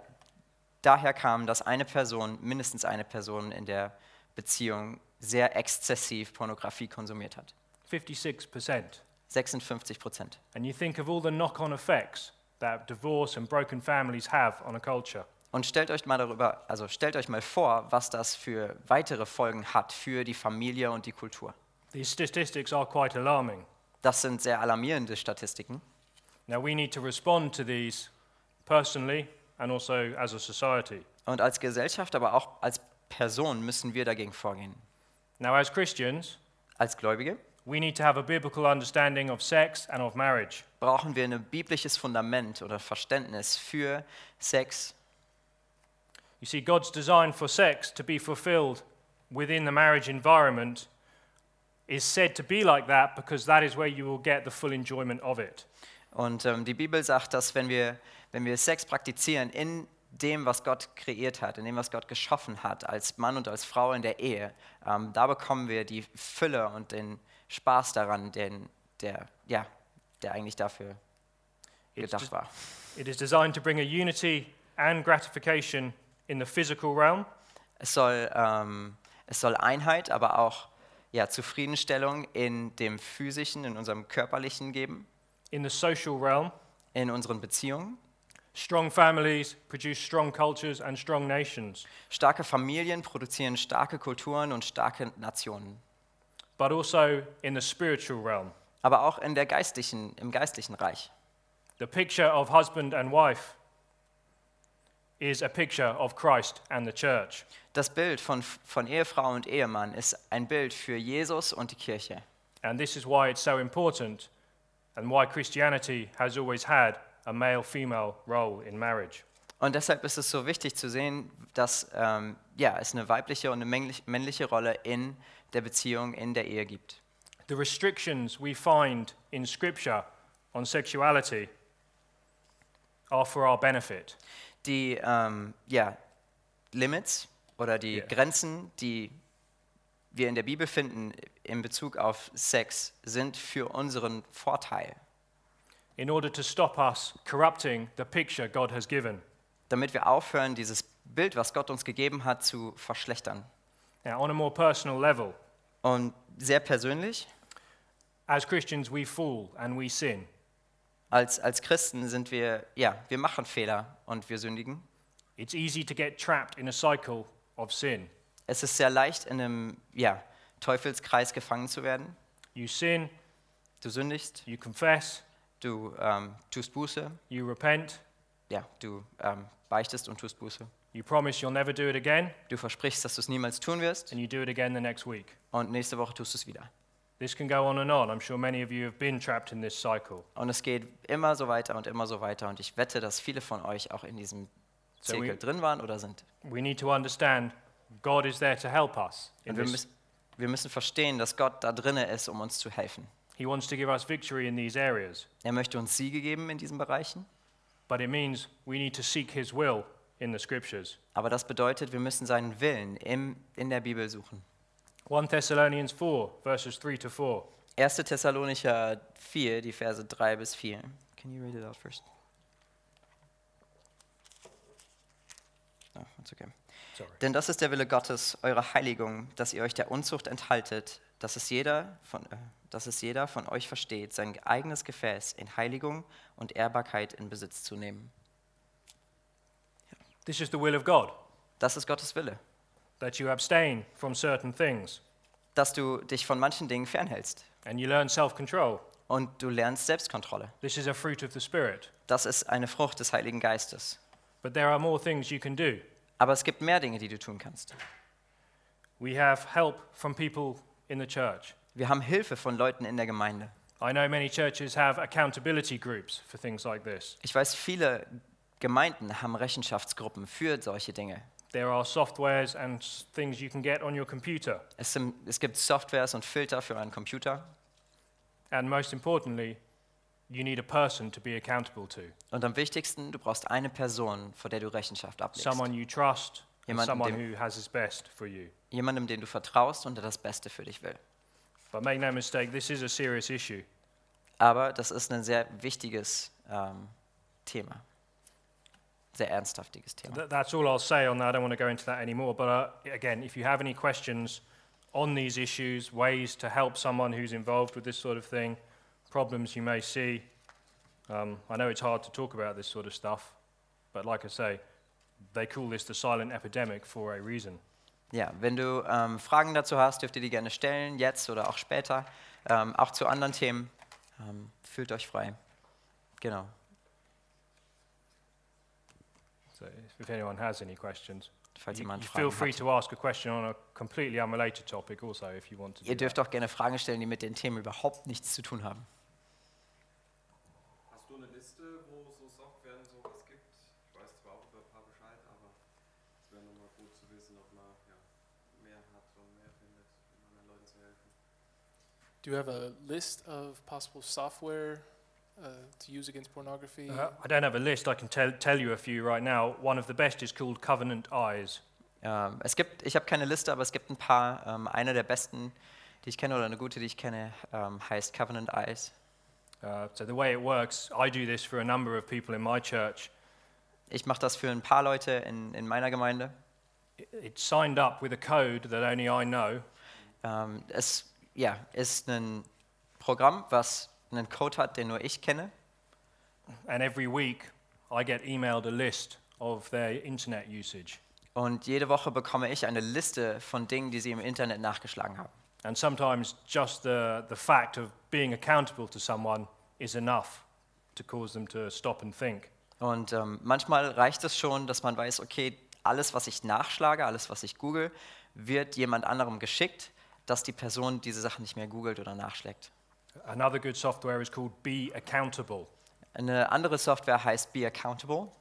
daher kam, dass eine Person, mindestens eine Person in der Beziehung sehr exzessiv Pornografie konsumiert hat. 56%. 56 Prozent. And you think of all the knock on effects that divorce and broken families have on a culture. Und stellt euch mal darüber, also stellt euch mal vor, was das für weitere Folgen hat für die Familie und die Kultur. These statistics are quite alarming. Das sind sehr alarmierende Statistiken. Now, we need to respond to these personally and also as a society. Und als Gesellschaft, aber auch als Person müssen wir dagegen vorgehen. Now, as Christians, Als Gläubige we need to have a biblical understanding of sex and of marriage. brauchen wir ein biblisches Fundament oder Verständnis für Sex, You see, God's design for sex to be fulfilled within the marriage environment is said to be like that because that is where you will get the full enjoyment of it. Und ähm, die Bibel sagt, dass wenn wir, wenn wir Sex praktizieren in dem, was Gott kreiert hat, in dem, was Gott geschaffen hat, als Mann und als Frau in der Ehe, ähm, da bekommen wir die Fülle und den Spaß daran, den, der, ja, der eigentlich dafür It's gedacht war. It is designed to bring a unity and gratification in the physical realm, Es soll, ähm, es soll Einheit, aber auch ja, Zufriedenstellung in dem physischen, in unserem körperlichen geben, in the social realm. in unseren Beziehungen. Strong families produce strong cultures and strong nations, Starke Familien produzieren starke Kulturen und starke Nationen, but also in the spiritual realm. aber auch in der geistlichen, im geistlichen Reich. The picture of husband and wife is a picture of Christ and the church. Das Bild von, von Ehefrau und Ehemann ist ein Bild für Jesus und die Kirche. And this is why it's so important and why Christianity has always had a male female role in marriage. Und deshalb ist es so wichtig zu sehen, dass ähm, ja, es eine weibliche und eine männlich, männliche Rolle in der Beziehung, in der Ehe gibt. The restrictions we find in Scripture on sexuality are for our benefit. Die ähm, ja, Limits oder die Ja. Grenzen, die wir in der Bibel finden in Bezug auf Sex, sind für unseren Vorteil, In order to stop us corrupting the picture God has given. damit wir aufhören, dieses Bild, was Gott uns gegeben hat, zu verschlechtern. Now, on a more personal level, Und sehr persönlich, as Christians, we fall and we sin. als, als Christen sind wir, ja, wir machen Fehler und wir sündigen. It's easy to get trapped in a cycle of sin. Es ist sehr leicht, in einem ja, Teufelskreis gefangen zu werden. You sin, Du sündigst, you confess, du ähm, tust Buße, you repent, ja, du ähm, beichtest und tust Buße. you promise you'll never do it again, Du versprichst, dass du es niemals tun wirst and you do it again the next week. und nächste Woche tust du es wieder. This can go on and on. I'm sure many of you have been trapped in this cycle. Und es geht immer so weiter und immer so weiter und ich wette, dass viele von euch auch in diesem So we- Zirkel drin waren oder sind. We need to understand God is there to help us. In Und wir, this. müssen, wir müssen verstehen, dass Gott da drinne ist, um uns zu helfen. He wants to give us victory in these areas, Er möchte uns Siege geben in diesen Bereichen, but it means we need to seek His will in the scriptures. aber das bedeutet, wir müssen seinen Willen im, in der Bibel suchen. 1 Thessalonians 4, verses 3 to 4. 1. Thessalonicher 4, die Verse 3 bis 4. Can you read it out first? No, it's okay. Sorry. Denn das ist der Wille Gottes, eure Heiligung, dass ihr euch der Unzucht enthaltet, dass es jeder von, äh, dass es jeder von euch versteht, sein eigenes Gefäß in Heiligung und Ehrbarkeit in Besitz zu nehmen. This is the will of God, Das ist Gottes Wille, that you abstain from certain things dass du dich von manchen Dingen fernhältst and you learn self control. und du lernst Selbstkontrolle. This is a fruit of the Spirit. Das ist eine Frucht des Heiligen Geistes. But there are more things you can do. Aber es gibt mehr Dinge, die du tun kannst. We have help from people in the church. Wir haben Hilfe von Leuten in der Gemeinde. I know many churches have accountability groups for things like this. Ich weiß, viele Gemeinden haben Rechenschaftsgruppen für solche Dinge. There are softwares and s- things you can get on your computer. Es, sind, es gibt Softwares und Filter für euren Computer. And most importantly, you need a person to be accountable to Und am wichtigsten, du brauchst eine Person, vor der du Rechenschaft ablegst. someone you trust and Jemanden, someone dem- who has his best for you. Jemandem, dem du vertraust und der das Beste für dich will. But make no mistake, this is a serious issue. Aber das ist ein sehr wichtiges ähm, Thema. Sehr ernsthaftiges Thema. Th- that's all I'll say on that. I don't want to go into that anymore. But uh, again, if you have any questions on these issues, ways to help someone who's involved with this sort of thing, problems you may see, um, I know it's hard to talk about this sort of stuff, but like I say, they call this the silent epidemic for a reason. Ja, wenn du ähm, Fragen dazu hast, dürft ihr die gerne stellen, jetzt oder auch später. Ähm, auch zu anderen Themen. Ähm, fühlt euch frei. Genau. So if, if anyone has any questions, Falls you, jemand you Fragen feel hat. free to ask a question on a completely unrelated topic also if you want to. Ihr do dürft auch gerne Fragen stellen, die mit den Themen überhaupt nichts zu tun haben. Hast du eine Liste, wo es so Software und sowas gibt? Ich weiß zwar auch über ein paar Bescheid, aber es wäre nochmal gut zu wissen, ob man ja, mehr hat und mehr findet, um anderen Leuten zu helfen. Do you have a list of possible software uh, to use against pornography? Uh, I don't have a list. I can tell, tell you a few right now. One of the best is called Covenant Eyes. Ähm, es gibt, ich habe keine Liste, aber es gibt ein paar. Ähm, eine der besten, die ich kenne oder eine gute, die ich kenne, ähm, heißt Covenant Eyes. Uh, so the way it works, I do this for a number of people in my church. Ich mache das für ein paar Leute in, in meiner Gemeinde. I- It's signed up with a code that only I know, Ähm, es ja, ist ein Programm, was einen Code hat, den nur ich kenne. and every week I get emailed a list of their internet usage. Und jede Woche bekomme ich eine Liste von Dingen, die sie im Internet nachgeschlagen haben. And sometimes just the, the fact of being accountable to someone is enough to cause them to stop and think. Und ähm, manchmal reicht es schon, dass man weiß, okay, alles, was ich nachschlage, alles, was ich google, wird jemand anderem geschickt, dass die Person diese Sachen nicht mehr googelt oder nachschlägt. Another good software is called Be Accountable, Eine andere Software heißt Be Accountable.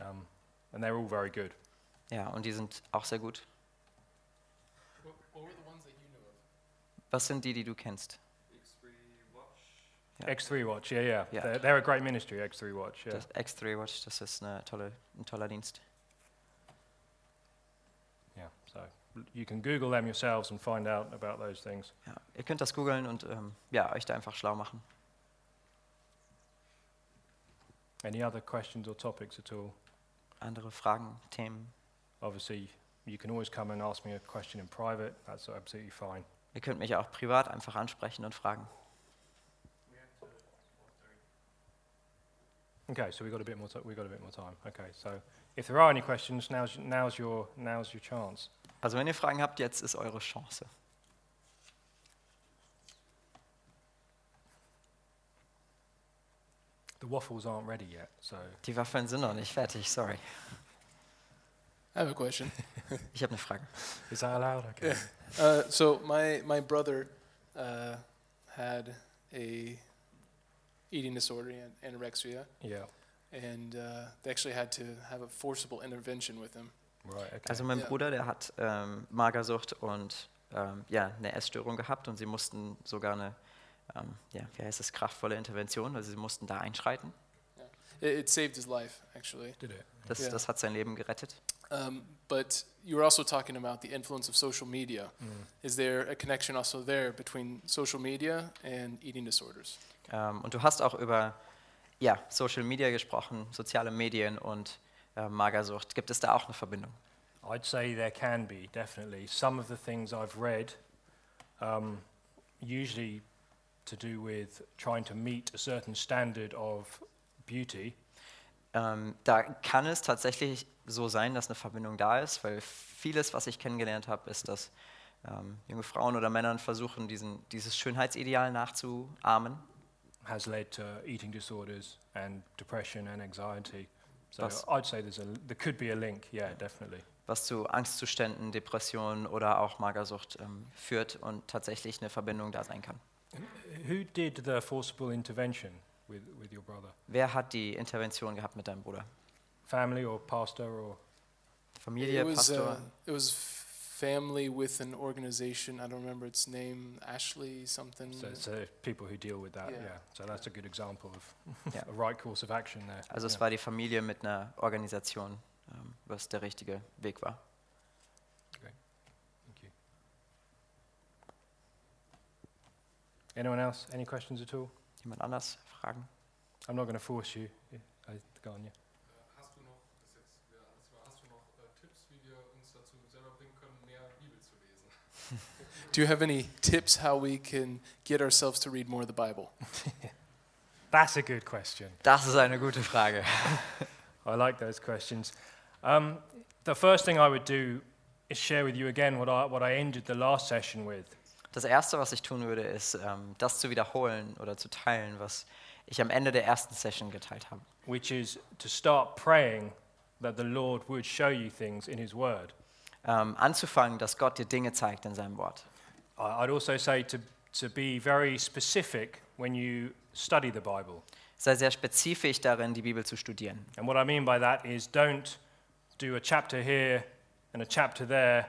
um, and they're all very good. Ja, und die sind auch sehr gut. What, what were the ones that you knew of? Was sind die, die du kennst? X3 Watch. Yeah. X3 Watch, yeah, yeah. Yeah. They're, they're a great ministry, X3 Watch. Yeah. Das X3 Watch, das ist eine tolle, ein toller Dienst. yeah. So you can Google them yourselves and find out about those things. Ja, ihr könnt das googeln und ähm, ja, euch da einfach schlau machen. Any other questions or topics at all? Andere Fragen, Themen. Obviously, you can always come and ask me a question in private. That's absolutely fine. Ihr könnt mich auch privat einfach ansprechen und fragen. Okay, so we got a bit more. T- we got a bit more time. Okay, so if there are any questions, now's now's your now's your chance. Also wenn ihr Fragen habt, jetzt ist eure Chance. The waffles aren't ready yet, so Die Waffeln sind noch nicht fertig, sorry. I have a question. Ich habe eine Frage. is that allowed? Okay. Uh, so my my brother uh, had a eating disorder, an- anorexia, Yeah. and uh, they actually had to have a forcible intervention with him. Right. Okay. Also mein Ja. Bruder, der hat ähm, Magersucht und ähm, ja, eine Essstörung gehabt und sie mussten sogar eine, ähm, ja, wie heißt es, kraftvolle Intervention, also sie mussten da einschreiten. It, it saved his life, actually. Did it? Das, Ja. das hat sein Leben gerettet. Um, but you were also talking about the influence of social media. Is there a connection also there between social media and eating disorders? Ähm, und du hast auch über ja, Social Media gesprochen, soziale Medien und äh, Magersucht. Gibt es da auch eine Verbindung? I'd say there can be definitely some of the things I've read, um, usually to do with trying to meet a certain standard of beauty. Ähm, da kann es tatsächlich so sein, dass eine Verbindung da ist, weil vieles, was ich kennengelernt habe, ist, dass ähm, junge Frauen oder Männern versuchen, diesen, dieses Schönheitsideal nachzuahmen, has led to eating disorders and depression and anxiety. So That's- I'd say there's a, there could be a link, yeah, definitely. was zu Angstzuständen, Depressionen oder auch Magersucht ähm, führt und tatsächlich eine Verbindung da sein kann. Who did the forcible intervention with, with your brother? Wer hat die Intervention gehabt mit deinem Bruder? Family or pastor or? Familie, it was Pastor? uh, it was family with an organization. I don't remember its name. Ashley something. So, so people who deal with that, Mm. yeah. Yeah. So that's a good example of Yeah. a right course of action there. also es yeah. war die Familie mit einer Organisation, ähm, was der richtige Weg war. Thank you. Anyone else? Any questions at all? Jemand anders fragen? I'm not going to force you. I, go on, yeah. Äh, Hast du noch, das ist jetzt wieder alles war, hast du noch äh, Tipps, wie wir uns dazu selber bringen können, mehr Bibel zu lesen? Do you have any tips how we can get ourselves to read more of the Bible? That's a good question. Das ist eine gute Frage. I like those questions. Um, the first thing I would do is share with you again what I, what I ended the last session with. Das Erste, was ich tun würde, ist, ähm, das zu wiederholen oder zu teilen, was ich am Ende der ersten Session geteilt habe. which is to start praying that the Lord would show you things in His Word. Ähm, anzufangen, dass Gott dir Dinge zeigt in seinem Wort. I- I'd also say to, to be very specific when you study the Bible. Sei sehr spezifisch darin, die Bibel zu studieren. And what I mean by that is don't do a chapter here and a chapter there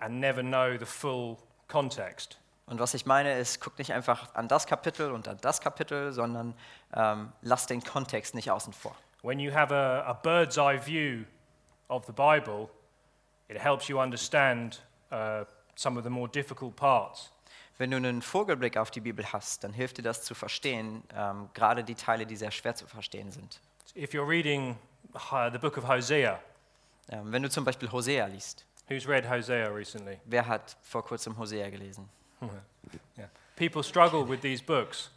and never know the full context. Und was ich meine ist, guck nicht einfach an das Kapitel und an das Kapitel, sondern ähm, lass den Kontext nicht außen vor. When you have a, a bird's eye view of the Bible, it helps you understand uh, some of the more difficult parts. Wenn du einen Vogelblick auf die Bibel hast, dann hilft dir das zu verstehen, ähm, gerade die Teile, die sehr schwer zu verstehen sind. If you're reading uh, the book of Hosea, Ähm, wenn du zum Beispiel Hosea liest, who's read Hosea recently? wer hat vor kurzem Hosea gelesen? People struggle with these books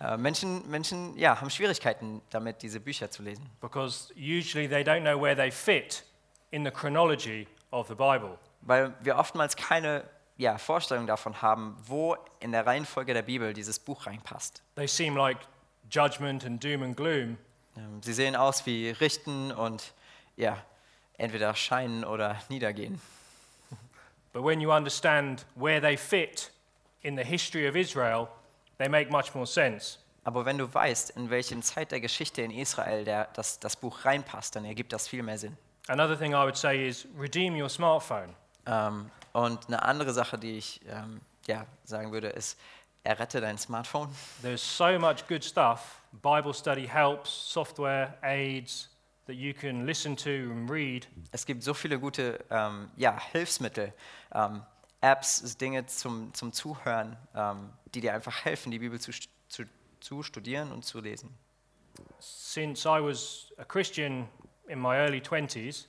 Äh, Menschen, Menschen ja, haben Schwierigkeiten damit, diese Bücher zu lesen, because usually they don't know where they fit in the chronology of the Bible. weil wir oftmals keine ja, Vorstellung davon haben, wo in der Reihenfolge der Bibel dieses Buch reinpasst. They seem like judgment and doom and gloom, Ähm, sie sehen aus wie Richten und ja, entweder scheinen oder niedergehen. but when you understand where they fit in the history of Israel, they make much more sense. Aber wenn du weißt, in welchen Zeit der Geschichte in Israel der, das, das Buch reinpasst, dann ergibt das viel mehr Sinn. Another thing I would say is redeem your smartphone. Ähm, und eine andere Sache, die ich ähm, ja, sagen würde, ist, errette dein Smartphone. There's so much good stuff Bible study helps, software, aids that you can listen to and read. Es gibt so viele gute ähm, ja, Hilfsmittel, ähm, Apps, Dinge zum, zum Zuhören, ähm, die dir einfach helfen, die Bibel zu, stu- zu, zu studieren und zu lesen. Since I was a Christian in my early 20s,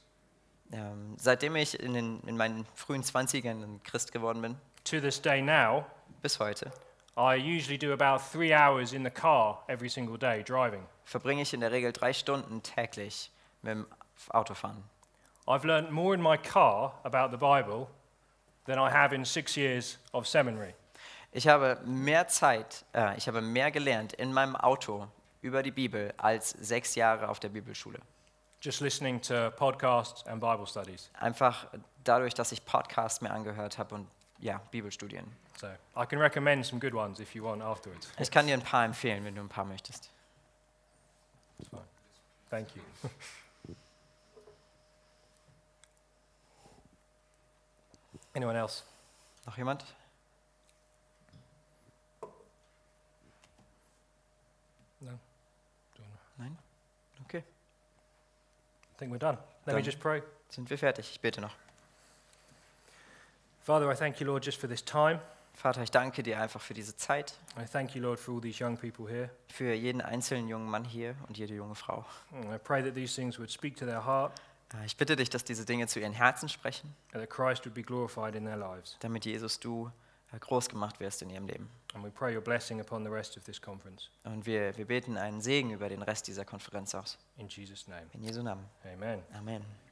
Ähm, seitdem ich in, den, in meinen frühen 20ern ein Christ geworden bin, to this day now, bis heute, I usually do about three hours in the car every single day driving. verbringe ich in der Regel drei Stunden täglich mit dem Autofahren. I've learnt more in my car about the Bible than I have in six years of seminary. Ich habe mehr Zeit, äh, ich habe mehr gelernt in meinem Auto über die Bibel als sechs Jahre auf der Bibelschule. Just listening to podcasts and Bible studies. Einfach dadurch, dass ich Podcasts mir angehört habe und ja, Bibelstudien. So I can recommend some good ones if you want afterwards. Ich kann dir ein paar empfehlen, wenn du ein paar möchtest. Thank you. Anyone else? Noch jemand? No. Nein? Okay, I think we're done. Let me Done. just pray. sind wir fertig. Ich bete noch. Father, I thank you, Lord, just for this time. Vater, ich danke dir einfach für diese Zeit, I thank you, Lord, for all these young people here. für jeden einzelnen jungen Mann hier und jede junge Frau. And Mm, I pray that these things would speak to their heart Äh, Ich bitte dich, dass diese Dinge zu ihren Herzen sprechen, and that Christ would be glorified in their lives. damit Jesus du äh, groß gemacht wirst in ihrem Leben. And we pray your blessing upon the rest of this conference. Und wir, wir beten einen Segen über den Rest dieser Konferenz aus. In Jesus' name, In Jesu Namen. amen. Amen.